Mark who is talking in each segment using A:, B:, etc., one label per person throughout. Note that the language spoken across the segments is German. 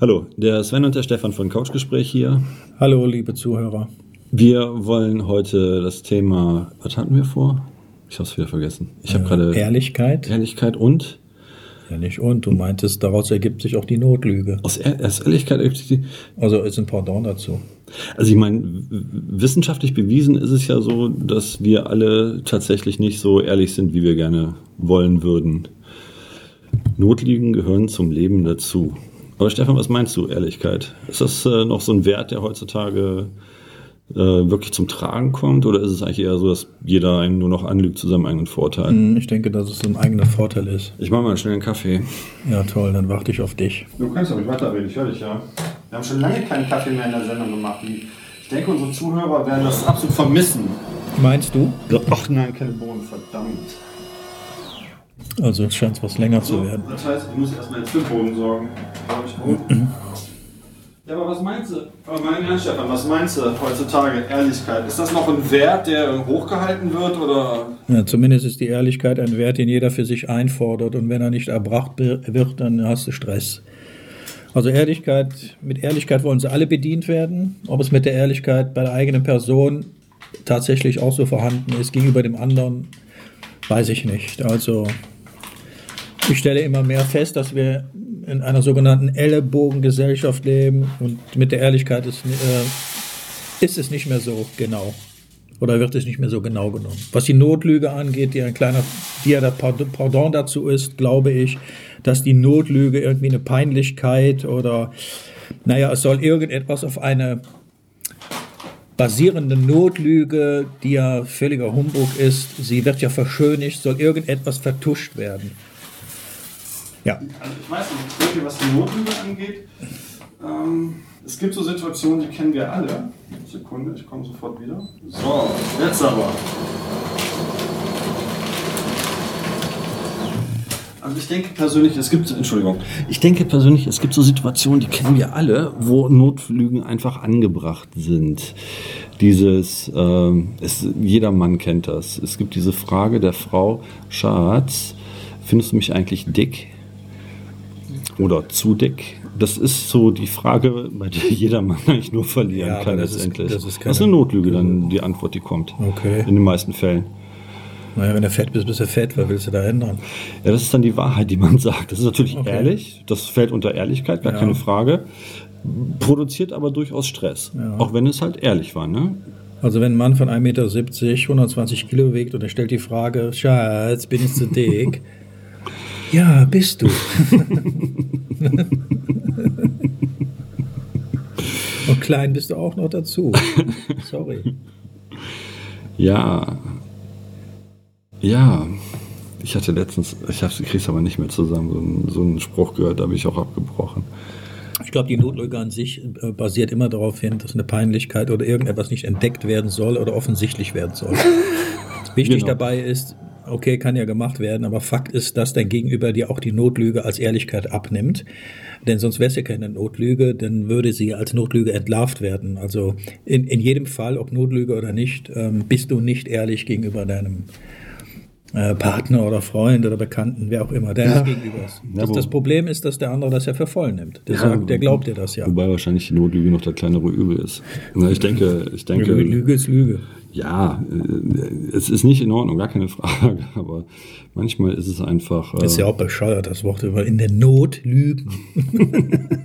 A: Hallo, der Sven und der Stefan von Couchgespräch hier.
B: Hallo, liebe Zuhörer.
A: Wir wollen heute das Thema, was hatten wir vor? Ich habe es wieder vergessen. Ich
B: Äh,
A: habe gerade
B: Ehrlichkeit?
A: Ehrlichkeit und
B: Ja, nicht und. Du meintest, daraus ergibt sich auch die Notlüge.
A: aus, Ehr aus Ehrlichkeit ergibt sich die-
B: Also ist ein Pardon dazu.
A: Also ich meine, w- wissenschaftlich bewiesen ist es ja so, dass wir alle tatsächlich nicht so ehrlich sind, wie wir gerne wollen würden. Notlügen gehören zum Leben dazu. Aber Stefan, was meinst du, Ehrlichkeit? Ist das äh, noch so ein Wert, der heutzutage äh, wirklich zum Tragen kommt? Oder ist es eigentlich eher so, dass jeder einen nur noch anlügt zu seinem eigenen Vorteil?
B: Hm, Ich denke, dass es ein eigener Vorteil ist.
A: Ich mache mal schnell einen Kaffee.
B: Ja, toll, dann warte ich auf dich.
C: Du kannst aber nicht weiterreden, ich höre dich, ja. Wir haben schon lange keinen Kaffee mehr in der Sendung gemacht. Ich denke, unsere Zuhörer werden das absolut vermissen.
B: Meinst du?
C: Ach nein, keine Bohnen, verdammt.
B: Also es scheint was länger zu
C: So,
B: werden.
C: das heißt, ich muss erstmal jetzt für Bohnen sorgen. Glaub ich. Ja, aber was meinst du? Aber mein Herr Stefan, was meinst du heutzutage? Ehrlichkeit, ist das noch ein Wert, der hochgehalten wird oder
B: Ja, zumindest ist die Ehrlichkeit ein Wert, den jeder für sich einfordert. Und wenn er nicht erbracht be- wird, dann hast du Stress. Also Ehrlichkeit, mit Ehrlichkeit wollen sie alle bedient werden. Ob es mit der Ehrlichkeit bei der eigenen Person tatsächlich auch so vorhanden ist gegenüber dem anderen, weiß ich nicht. Also ich stelle immer mehr fest, dass wir in einer sogenannten Ellenbogengesellschaft leben und mit der Ehrlichkeit ist, äh, ist es nicht mehr so genau. Oder wird es nicht mehr so genau genommen? Was die Notlüge angeht, die ein kleiner, die ja der Pard- Pardon dazu ist, glaube ich, dass die Notlüge irgendwie eine Peinlichkeit oder, naja, es soll irgendetwas auf eine basierende Notlüge, die ja völliger Humbug ist, sie wird ja verschönigt, soll irgendetwas vertuscht werden. Ja.
C: Also ich weiß nicht, irgendwie was die Notlüge angeht. Ähm, es gibt so Situationen, die kennen wir alle. Sekunde, ich komme sofort wieder. So, jetzt aber. Also ich denke persönlich, es gibt, Entschuldigung,
A: Ich denke persönlich, es gibt so Situationen, die kennen wir alle, wo Notflügen einfach angebracht sind. Dieses, ähm, es, jeder Mann kennt das. Es gibt diese Frage der Frau, Schatz, findest du mich eigentlich dick oder zu dick? Das ist so die Frage, bei der jeder Mann eigentlich nur verlieren
B: Ja, aber
A: kann
B: das ist-
A: letztendlich.
B: das ist keine-
A: eine Notlüge dann, die Antwort, die kommt.
B: Okay.
A: In den meisten Fällen.
B: Naja, wenn du fett bist, bist du fett, was willst du da ändern?
A: Ja, das ist dann die Wahrheit, die man sagt. Das ist natürlich ehrlich, das fällt unter Ehrlichkeit, gar
B: Ja.
A: keine Frage. Produziert aber durchaus Stress. Auch wenn es halt ehrlich war, ne?
B: Also wenn ein Mann von 1,70 Meter 120 Kilo wiegt und er stellt die Frage, Schatz, bin ich zu dick? ja, bist du. und klein bist du auch noch dazu. Sorry.
A: Ja. Ja. Ich hatte letztens, ich hab's, ich krieg's aber nicht mehr zusammen, so einen, so einen Spruch gehört, da bin ich auch abgebrochen.
B: Ich glaube, die Notlüge an sich äh, basiert immer darauf hin, dass eine Peinlichkeit oder irgendetwas nicht entdeckt werden soll oder offensichtlich werden soll. Wichtig
A: Genau.
B: dabei ist, okay, kann ja gemacht werden, aber Fakt ist, dass dein Gegenüber dir auch die Notlüge als Ehrlichkeit abnimmt. Denn sonst wäre es ja keine Notlüge, dann würde sie als Notlüge entlarvt werden. Also in, in jedem Fall, ob Notlüge oder nicht, ähm, bist du nicht ehrlich gegenüber deinem äh, Partner oder Freund oder Bekannten, wer auch immer, deines Gegenübers.
A: Ja,
B: Das,
A: wo-
B: das Problem ist, dass der andere das ja für voll nimmt. Der, sagt, der glaubt dir das ja.
A: Wobei wahrscheinlich die Notlüge noch der kleinere Übel ist. Na, ich denke, ich denke.
B: Lüge, Lüge ist Lüge.
A: Ja, äh, es ist nicht in Ordnung, gar keine Frage, aber manchmal ist es einfach. äh,
B: Ist ja auch bescheuert, das Wort über in der Not lügen.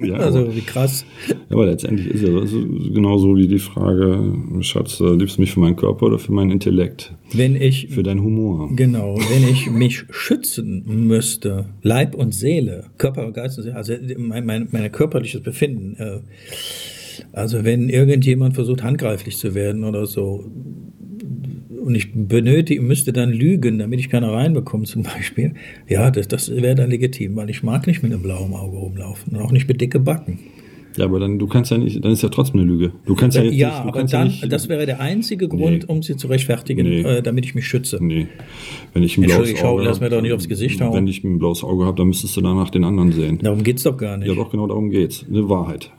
A: ja,
B: Also wie krass.
A: Ja, aber letztendlich ist ja das genauso wie die Frage, Schatz, äh, liebst du mich für meinen Körper oder für meinen Intellekt?
B: Wenn ich
A: Für deinen Humor?
B: Genau, wenn ich mich schützen müsste, Leib und Seele, Körper und Geist und Seele, also mein, mein, mein körperliches Befinden, äh, also wenn irgendjemand versucht, handgreiflich zu werden oder so, und ich benötige, müsste dann lügen, damit ich keiner reinbekomme zum Beispiel, ja, das, das wäre dann legitim, weil ich mag nicht mit einem blauen Auge rumlaufen und auch nicht mit dicke Backen.
A: Ja, aber dann du kannst ja nicht, dann ist ja trotzdem eine Lüge. Du kannst ja, jetzt
B: ja,
A: nicht, du
B: aber
A: kannst
B: dann,
A: ja nicht,
B: das wäre der einzige Grund, um sie zu rechtfertigen,
A: Nee.
B: äh, damit ich mich schütze.
A: nee. Wenn ich ein blaues
B: Entschuldigung,
A: Auge
B: ich hau- lass
A: hab-
B: mir doch nicht aufs Gesicht hauen.
A: Wenn ich ein blaues Auge habe, dann müsstest du danach den anderen sehen.
B: Darum geht's doch gar nicht.
A: Ja, doch genau darum geht's. Eine Wahrheit,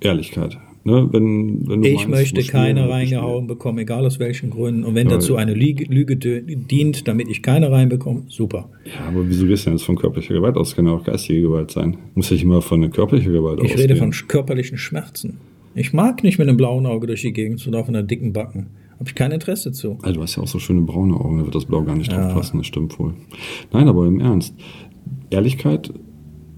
A: Ehrlichkeit. Ne? Wenn, wenn du
B: Ich
A: meinst,
B: möchte
A: muss spielen,
B: keine
A: dann muss ich
B: reingehauen bekommen, egal aus welchen Gründen. Und wenn
A: Ja,
B: dazu
A: ja.
B: eine Lüge, Lüge dö- dient, damit ich keine reinbekomme, super.
A: spielen. Ja, aber wieso gehst du denn jetzt von körperlicher Gewalt aus? Kann ja auch geistige Gewalt sein. Muss ja nicht immer von körperlicher Gewalt
B: Ich
A: ausgehen.
B: rede von sch- körperlichen Schmerzen. Ich mag nicht mit einem blauen Auge durch die Gegend zu laufen, einer dicken Backen. Habe ich kein Interesse zu.
A: Ah, du hast ja auch so schöne braune Augen, da wird das Blau gar nicht drauf passen, das stimmt wohl. Nein, aber im Ernst, Ehrlichkeit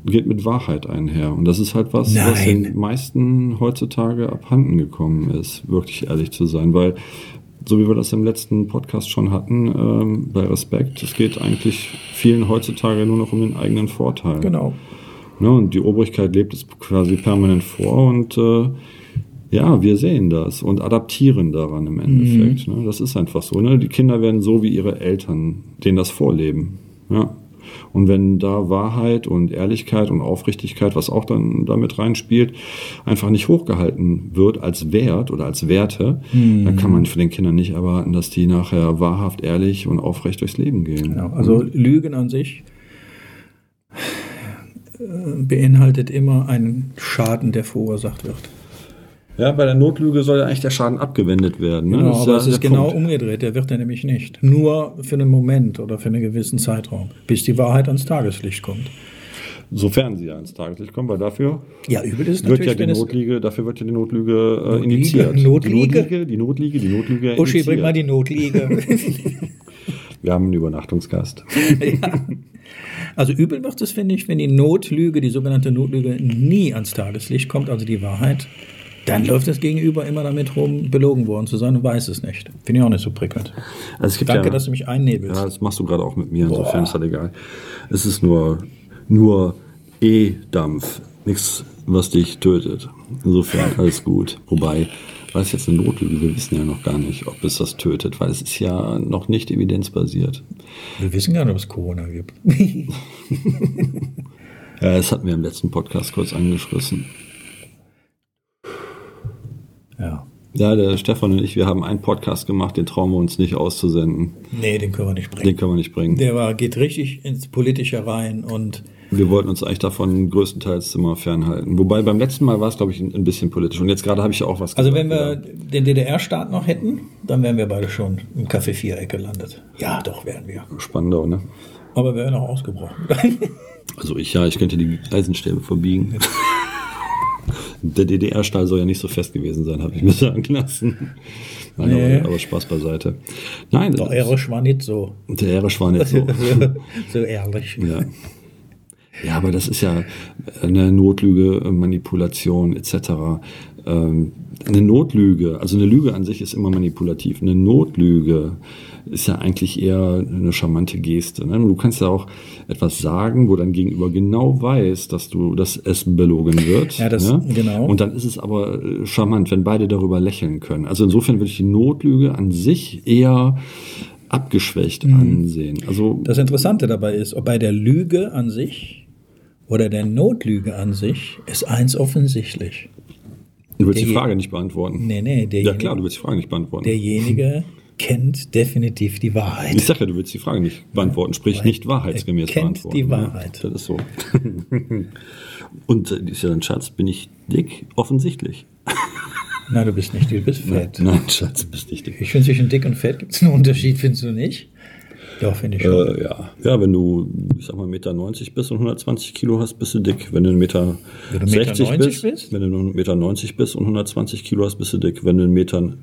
A: geht mit Wahrheit einher. Und das ist halt was, was
B: Nein.
A: den meisten heutzutage abhanden gekommen ist, wirklich ehrlich zu sein. Weil, so wie wir das im letzten Podcast schon hatten, ähm, bei Respekt, es geht eigentlich vielen heutzutage nur noch um den eigenen Vorteil.
B: Genau.
A: Ne, und die Obrigkeit lebt es quasi permanent vor und äh, ja, wir sehen das und adaptieren daran im Endeffekt.
B: Mhm.
A: Ne? Das ist einfach so. Ne? Die Kinder werden so wie ihre Eltern, denen das vorleben. Ja. Und wenn da Wahrheit und Ehrlichkeit und Aufrichtigkeit, was auch dann damit reinspielt, einfach nicht hochgehalten wird als Wert oder als Werte,
B: Mhm.
A: dann kann man von den Kindern nicht erwarten, dass die nachher wahrhaft, ehrlich und aufrecht durchs Leben gehen.
B: Genau. Also Lügen an sich äh, beinhaltet immer einen Schaden, der verursacht wird.
A: Ja, bei der Notlüge soll ja eigentlich der Schaden abgewendet werden. Ne?
B: Genau,
A: Das
B: aber
A: ja
B: es ist
A: der
B: genau
A: Punkt.
B: umgedreht, der wird er nämlich nicht. Nur für einen Moment oder für einen gewissen Zeitraum, bis die Wahrheit ans Tageslicht kommt.
A: Sofern sie ja ans Tageslicht kommen, weil dafür
B: Ja, übel ist
A: wird
B: natürlich,
A: ja die
B: wenn es...
A: Notliege, dafür wird ja die Notlüge äh, initiiert.
B: Notliege?
A: Die Notliege, die Notliege, die Notliege
B: Uschi, bring
A: initiiert.
B: mal die Notliege.
A: Wir haben einen Übernachtungsgast.
B: Also übel wird es, finde ich, wenn die Notlüge, die sogenannte Notlüge, nie ans Tageslicht kommt, also die Wahrheit, dann läuft das Gegenüber immer damit rum, belogen worden zu sein und weiß es nicht. Finde ich auch nicht so prickelnd.
A: Also es gibt
B: Danke,
A: ja,
B: dass du mich einnebelst.
A: ja, das machst du gerade auch mit mir, insofern ist das egal. Es ist nur, nur E-Dampf, nichts, was dich tötet. Insofern alles gut. Wobei, was ist jetzt eine Notlüge? Wir wissen ja noch gar nicht, ob es das tötet, weil es ist ja noch nicht evidenzbasiert.
B: Wir wissen gar nicht, ob es Corona gibt.
A: Ja, das hatten wir im letzten Podcast kurz angeschlossen.
B: ja.
A: Ja, der Stefan und ich, wir haben einen Podcast gemacht, den trauen wir uns nicht auszusenden.
B: Nee, den können wir nicht bringen.
A: Den können wir nicht bringen.
B: Der war, geht richtig ins Politische rein und
A: Wir wollten uns eigentlich davon größtenteils immer fernhalten. Wobei beim letzten Mal war es, glaube ich, ein ein bisschen politisch. Und jetzt gerade habe ich ja auch was
B: also wenn
A: gesagt,
B: wir
A: wieder.
B: den DDR-Staat noch hätten, dann wären wir beide schon im Café Viereck gelandet. Ja, doch wären wir.
A: Spandau, ne?
B: Aber wir wären auch ausgebrochen.
A: Also ich, ja, ich könnte die Eisenstäbe verbiegen. Der DDR-Stahl soll ja nicht so fest gewesen sein, habe ich mir sagen lassen. Nein,
B: Nee.
A: aber, aber Spaß beiseite. Nein,
B: Doch ehrlich war nicht so.
A: der Ehre war nicht so.
B: so ehrlich.
A: Ja. Ja, aber das ist ja eine Notlüge, äh, Manipulation etc. Ähm, Eine Notlüge, also eine Lüge an sich ist immer manipulativ. Eine Notlüge ist ja eigentlich eher eine charmante Geste. Ne? Du kannst ja auch etwas sagen, wo dein Gegenüber genau weiß, dass du das Essen belogen wird.
B: Ja, das-
A: ne?
B: genau.
A: Und dann ist es aber äh, charmant, wenn beide darüber lächeln können. Also insofern würde ich die Notlüge an sich eher abgeschwächt ansehen. Also
B: Mhm. Das Interessante dabei ist, ob bei der Lüge an sich oder der Notlüge an sich ist eins offensichtlich.
A: Du willst die
B: Derje-
A: Frage nicht beantworten.
B: Nee, nee,
A: Ja
B: derjenige,
A: klar, du willst die Frage nicht beantworten.
B: derjenige kennt definitiv die
A: ich
B: Wahrheit.
A: sag ja, du willst die Frage nicht beantworten, sprich nicht wahrheitsgemäß
B: er kennt
A: beantworten.
B: die
A: ne?
B: Wahrheit.
A: Das ist so. Und äh, ist ja ein Schatz, bin ich dick? Offensichtlich.
B: Nein, du bist nicht, du bist fett.
A: Nein, Schatz, bist nicht dick.
B: Ich finde, zwischen dick und fett gibt es einen Unterschied, findest du nicht? Doch, finde ich schon.
A: Äh, ja. ja, wenn du, ich sag mal, 1,90 Meter bist und 120 Kilo hast, bist du dick. Wenn du 1,60 Meter,
B: Wenn du 1,90
A: bist,
B: bist?
A: wenn du 1,90 Meter bist und 120 Kilo hast, bist du dick. Wenn du 1,60 Meter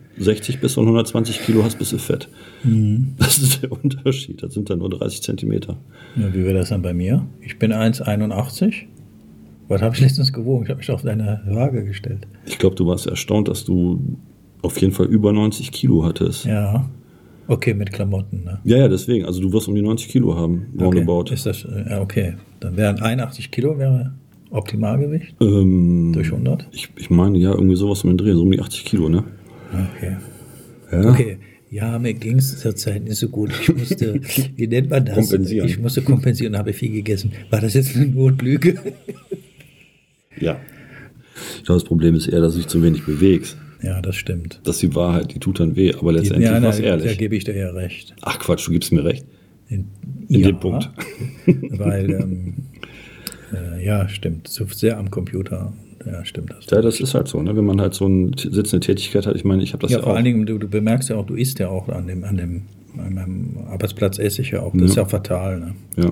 A: bist und 120 Kilo hast, bist du fett.
B: Mhm.
A: Das ist der Unterschied. Das sind dann nur 30 Zentimeter.
B: Na, wie wäre das dann bei mir? Ich bin 1,81. Was habe ich letztens gewogen? Ich habe mich auf deine Waage gestellt.
A: Ich glaube, du warst erstaunt, dass du auf jeden Fall über 90 Kilo hattest. Ja,
B: Ja. Okay, mit Klamotten, ne?
A: ja, deswegen. Also du wirst um die 90 Kilo haben,
B: Okay.
A: roundabout.
B: Ist das, äh, ja, okay. Dann wären 81 Kilo wäre Optimalgewicht
A: Ähm,
B: durch 100.
A: ich, ich meine, ja, irgendwie sowas um den Dreh, so um die 80 Kilo, ne?
B: Okay.
A: Ah. Ja.
B: Okay. Ja, mir ging es zurzeit nicht so gut. Ich musste, wie nennt man das?
A: Kompensieren.
B: Ich musste kompensieren und habe viel gegessen. War das jetzt eine Notlüge?
A: Ja. Ich glaube, das Problem ist eher, dass du dich zu wenig bewegst.
B: Ja, das stimmt.
A: Das ist die Wahrheit, die tut dann weh, aber letztendlich
B: ja,
A: war es
B: da, da
A: ehrlich.
B: gebe ich dir ja recht.
A: Ach Quatsch, du gibst mir recht.
B: In,
A: In dem Punkt.
B: Weil, ähm, äh, ja, stimmt. Zu sehr am Computer. Äh, ja, stimmt das.
A: Ja, das ist halt so, ne? wenn man halt so eine sitzende Tätigkeit hat. Ich meine, ich habe das
B: ja,
A: ja,
B: vor
A: auch.
B: allen Dingen, du, du bemerkst ja auch, du isst ja auch an dem, an dem an meinem Arbeitsplatz esse ich ja auch. Das ist ja fatal. Ne?
A: Ja.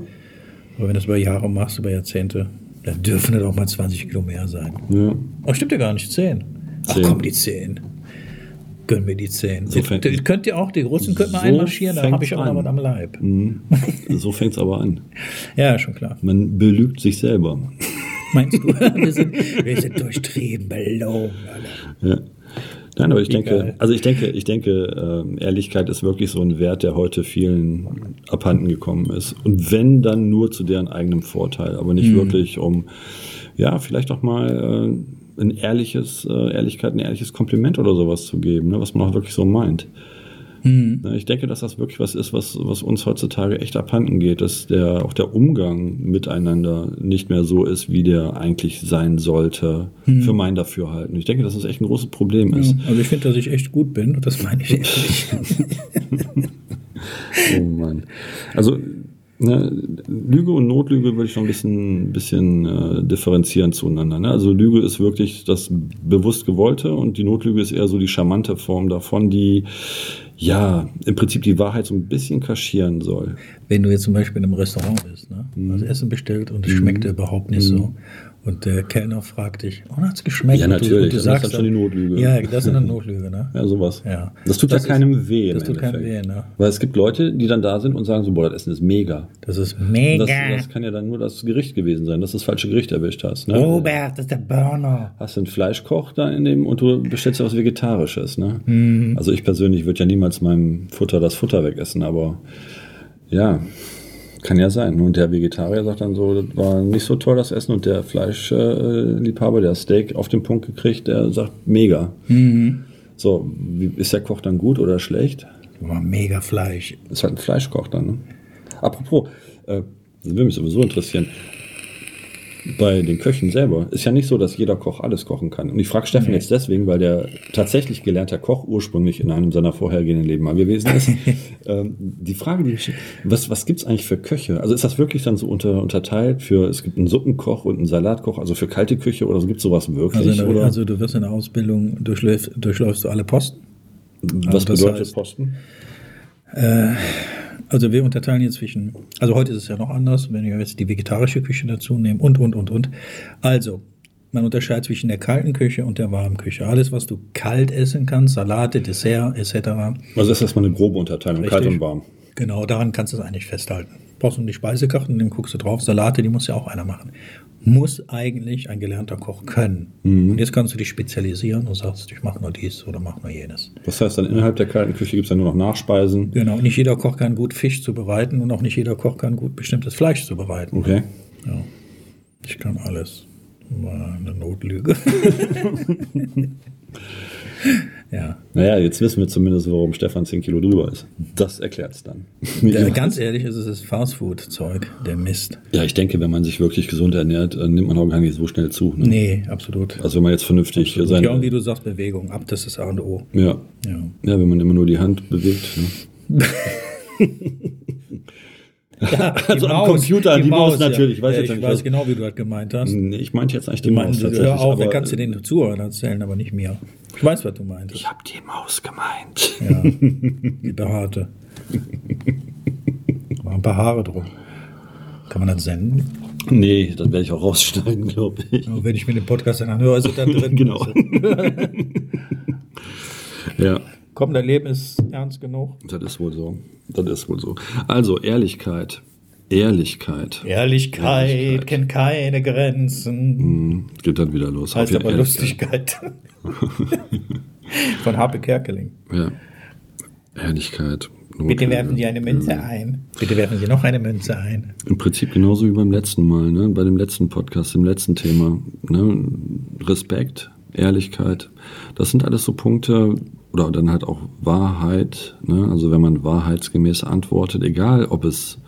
B: Aber wenn du das über Jahre machst, über Jahrzehnte, dann dürfen das auch mal 20 Kilo mehr sein.
A: Ja.
B: Oh, stimmt ja gar nicht, 10. Ach
A: Zehn.
B: komm, die 10. Gönn mir die 10.
A: So
B: So
A: fängt-
B: könnt ihr auch, die Russen könnten mal
A: So
B: einmarschieren, da
A: fängt's
B: habe ich auch noch
A: an.
B: was am Leib.
A: Mhm. So fängt es aber an.
B: Ja, schon klar.
A: Man belügt sich selber.
B: Meinst du? wir, sind, wir sind durchtrieben, belogen. alle.
A: Ja. Nein, aber ich
B: Egal.
A: denke, also ich denke, ich denke, ähm, Ehrlichkeit ist wirklich so ein Wert, der heute vielen abhanden gekommen ist. Und wenn dann nur zu deren eigenem Vorteil, aber nicht wirklich um, ja, vielleicht auch mal äh, ein ehrliches, äh, Ehrlichkeit, ein ehrliches Kompliment oder sowas zu geben, ne, was man auch wirklich so meint.
B: Hm.
A: Ne, Ich denke, dass das wirklich was ist, was, was uns heutzutage echt abhanden geht, dass der, auch der Umgang miteinander nicht mehr so ist, wie der eigentlich sein sollte, für mein Dafürhalten. Ich denke, dass das echt ein großes Problem
B: Ja,
A: ist.
B: also ich finde, dass ich echt gut bin und das meine ich ehrlich.
A: Oh Mann. Also, ne, Lüge und Notlüge würde ich noch ein bisschen, bisschen äh, differenzieren zueinander. Ne? Also, Lüge ist wirklich das bewusst Gewollte und die Notlüge ist eher so die charmante Form davon, die ja im Prinzip die Wahrheit so ein bisschen kaschieren soll.
B: Wenn du jetzt zum Beispiel in einem Restaurant bist, ne?
A: Mhm.
B: hast Essen bestellt und es schmeckt überhaupt nicht so. Und der Kellner fragt dich, oh, hat's geschmeckt?
A: Ja,
B: Und
A: natürlich,
B: Du,
A: dann
B: und du
A: ist
B: sagst
A: das schon die Notlüge.
B: Ja, das ist eine Notlüge, ne?
A: Ja, sowas.
B: Ja.
A: Das tut
B: Das
A: ja
B: ist-
A: keinem weh. im
B: das tut keinem
A: Endeffekt.
B: weh, ne?
A: Weil es gibt Leute, die dann da sind und sagen so, boah, das Essen ist mega.
B: Das ist
A: Das,
B: mega.
A: das kann ja dann nur das Gericht gewesen sein, dass du das falsche Gericht erwischt hast. Ne?
B: Robert, das ist der Burner.
A: Hast du einen Fleischkoch da in dem und du bestellst dir was Vegetarisches, ne? Also ich persönlich würde ja niemals meinem Futter das Futter wegessen, aber ja, kann ja sein. Und der Vegetarier sagt dann so, das war nicht so toll das Essen und der Fleischliebhaber, äh, Liebhaber, der hat Steak auf den Punkt gekriegt, der sagt mega. So, wie, ist der Koch dann gut oder schlecht?
B: Boah, Mega Fleisch.
A: Ist halt ein Fleischkoch dann. Ne? Apropos, äh, das würde mich sowieso interessieren. Bei den Köchen selber ist ja nicht so, dass jeder Koch alles kochen kann. Und ich frage Steffen jetzt deswegen, weil der tatsächlich gelernter Koch ursprünglich in einem seiner vorhergehenden Leben mal gewesen ist. ähm, die Frage, die ich, was, was gibt's eigentlich für Köche? Also ist das wirklich dann so unter, unterteilt für, es gibt einen Suppenkoch und einen Salatkoch, also für kalte Küche oder so, gibt's sowas wirklich?
B: Also, in der,
A: oder
B: also du wirst in der Ausbildung, durchläufst, durchläufst du alle Posten.
A: was
B: das
A: bedeutet
B: heißt-
A: Posten?
B: Also wir unterteilen hier zwischen, also heute ist es ja noch anders, wenn wir jetzt die vegetarische Küche dazu nehmen und, und, und, und. Also, man unterscheidet zwischen der kalten Küche und der warmen Küche. Alles, was du kalt essen kannst, Salate, Dessert etc.
A: Also ist das mal eine grobe Unterteilung, kalt
B: Richtig.
A: und warm.
B: Genau, daran kannst du es eigentlich festhalten. Brauchst du nur die Speisekarten, dann guckst du drauf. Salate, die muss ja auch einer machen. Muss eigentlich ein gelernter Koch können.
A: Mhm.
B: Und jetzt kannst du dich spezialisieren und sagst, ich mache nur dies oder mache nur jenes.
A: Das heißt, dann innerhalb der kalten Küche gibt's dann nur noch Nachspeisen.
B: Genau, nicht jeder Koch kann gut Fisch zu bereiten und auch nicht jeder Koch kann gut bestimmtes Fleisch zu bereiten.
A: Okay.
B: Ja, ich kann alles. War eine Notlüge. ja,
A: Naja, jetzt wissen wir zumindest, warum Stefan 10 Kilo drüber ist. Das erklärt's dann.
B: der, Äh, ganz ehrlich, es ist das Fastfood-Zeug, der Mist.
A: Ja, ich denke, wenn man sich wirklich gesund ernährt, äh, nimmt man auch gar nicht so schnell zu. Ne?
B: Nee, absolut.
A: Also wenn man jetzt vernünftig sein...
B: Ja, und wie du sagst, Bewegung ab, das ist A und O.
A: ja.
B: Ja.
A: ja, wenn man immer nur die Hand bewegt. Ne?
B: Ja, die
A: Also am Computer, die Maus natürlich,
B: Ja.
A: weiß
B: Weiß
A: jetzt
B: ich
A: nicht, was-
B: weiß genau, wie du das gemeint hast.
A: Nee, ich meinte jetzt eigentlich die
B: Ich
A: Maus
B: meine,
A: tatsächlich.
B: hör auf, dann
A: aber,
B: kannst du
A: äh,
B: den Zuhörern erzählen, aber nicht mir. Ich weiß, was du meintest.
A: Ich hab die Maus gemeint.
B: Ja, die behaarte. War ein paar Haare drum. Kann man das senden?
A: Nee, dann werde ich auch rausschneiden, glaube ich.
B: Nur wenn ich mir den Podcast dann anhöre, ist es dann drin.
A: Genau.
B: Also,
A: ja.
B: Komm, dein Leben ist ernst genug.
A: Das ist wohl so. Das ist wohl so. Also, Ehrlichkeit. Ehrlichkeit.
B: Ehrlichkeit,
A: Ehrlichkeit.
B: kennt keine Grenzen.
A: Hm, Geht dann wieder los.
B: Heißt
A: Auf die
B: aber
A: Ehrlichkeit.
B: Lustigkeit. Von Harpe Kerkeling.
A: Ja. Ehrlichkeit.
B: Bitte
A: Notlüge.
B: werfen Sie eine Münze ein. Bitte werfen Sie noch eine Münze ein.
A: Im Prinzip genauso wie beim letzten Mal, ne? bei dem letzten Podcast, dem letzten Thema. Ne? Respekt, Ehrlichkeit, das sind alles so Punkte, oder dann halt auch Wahrheit. Ne? Also wenn man wahrheitsgemäß antwortet, egal ob es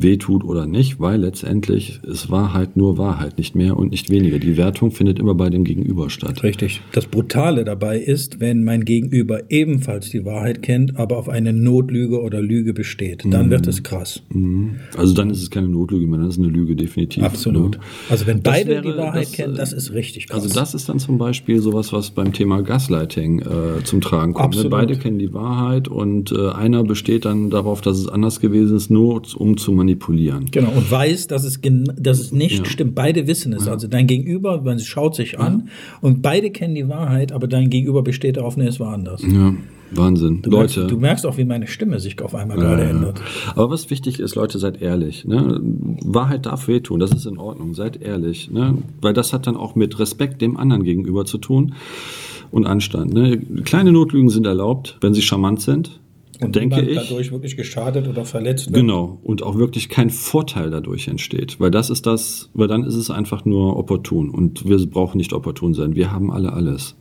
A: wehtut oder nicht, weil letztendlich ist Wahrheit nur Wahrheit, nicht mehr und nicht weniger. Die Wertung findet immer bei dem Gegenüber statt.
B: Richtig. Das Brutale dabei ist, wenn mein Gegenüber ebenfalls die Wahrheit kennt, aber auf eine Notlüge oder Lüge besteht, dann wird es krass.
A: Mhm. Also dann ist es keine Notlüge mehr, dann ist es eine Lüge definitiv.
B: Absolut.
A: ne?
B: Also wenn
A: Das
B: beide
A: wäre-
B: die Wahrheit
A: das,
B: kennen,
A: äh,
B: das ist richtig krass.
A: Also das ist dann zum Beispiel sowas, was beim Thema Gaslighting äh, zum Tragen kommt. Ne?
B: Absolut.
A: Beide kennen die Wahrheit und äh, einer besteht dann darauf, dass es anders gewesen ist, nur um zu manipulieren.
B: Genau, und weiß, dass es, gen- dass es nicht stimmt. Beide wissen es. Also dein Gegenüber, man schaut sich an und beide kennen die Wahrheit, aber dein Gegenüber besteht darauf, nee, es war anders.
A: Ja, Wahnsinn. Leute. äh,
B: Du merkst auch, wie meine Stimme sich auf einmal gerade ändert.
A: Aber was wichtig ist, Leute, seid ehrlich. Ne? Wahrheit darf wehtun, das ist in Ordnung, seid ehrlich. Ne? Weil das hat dann auch mit Respekt dem anderen gegenüber zu tun und Anstand. Ne? Kleine Notlügen sind erlaubt, wenn sie charmant sind,
B: Und
A: denke
B: niemand
A: ich.
B: dadurch wirklich geschadet oder verletzt wird.
A: Genau, und auch wirklich kein Vorteil dadurch entsteht, weil das ist das, weil dann ist es einfach nur opportun und wir brauchen nicht opportun sein, wir haben alle alles.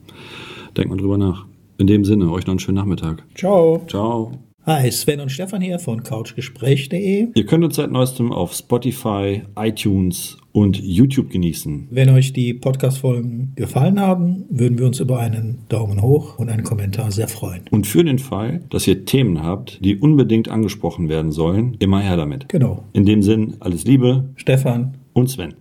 A: Denkt mal drüber nach. In dem Sinne, euch noch einen schönen Nachmittag.
B: Ciao.
A: Ciao.
B: Hi, Sven und Stefan hier von couchgespräch.de.
A: Ihr könnt uns seit neuestem auf Spotify, iTunes und YouTube genießen.
B: Wenn euch die Podcast-Folgen gefallen haben, würden wir uns über einen Daumen hoch und einen Kommentar sehr freuen.
A: Und für den Fall, dass ihr Themen habt, die unbedingt angesprochen werden sollen, immer her damit.
B: Genau.
A: In dem Sinn, alles Liebe
B: Stefan,
A: und Sven.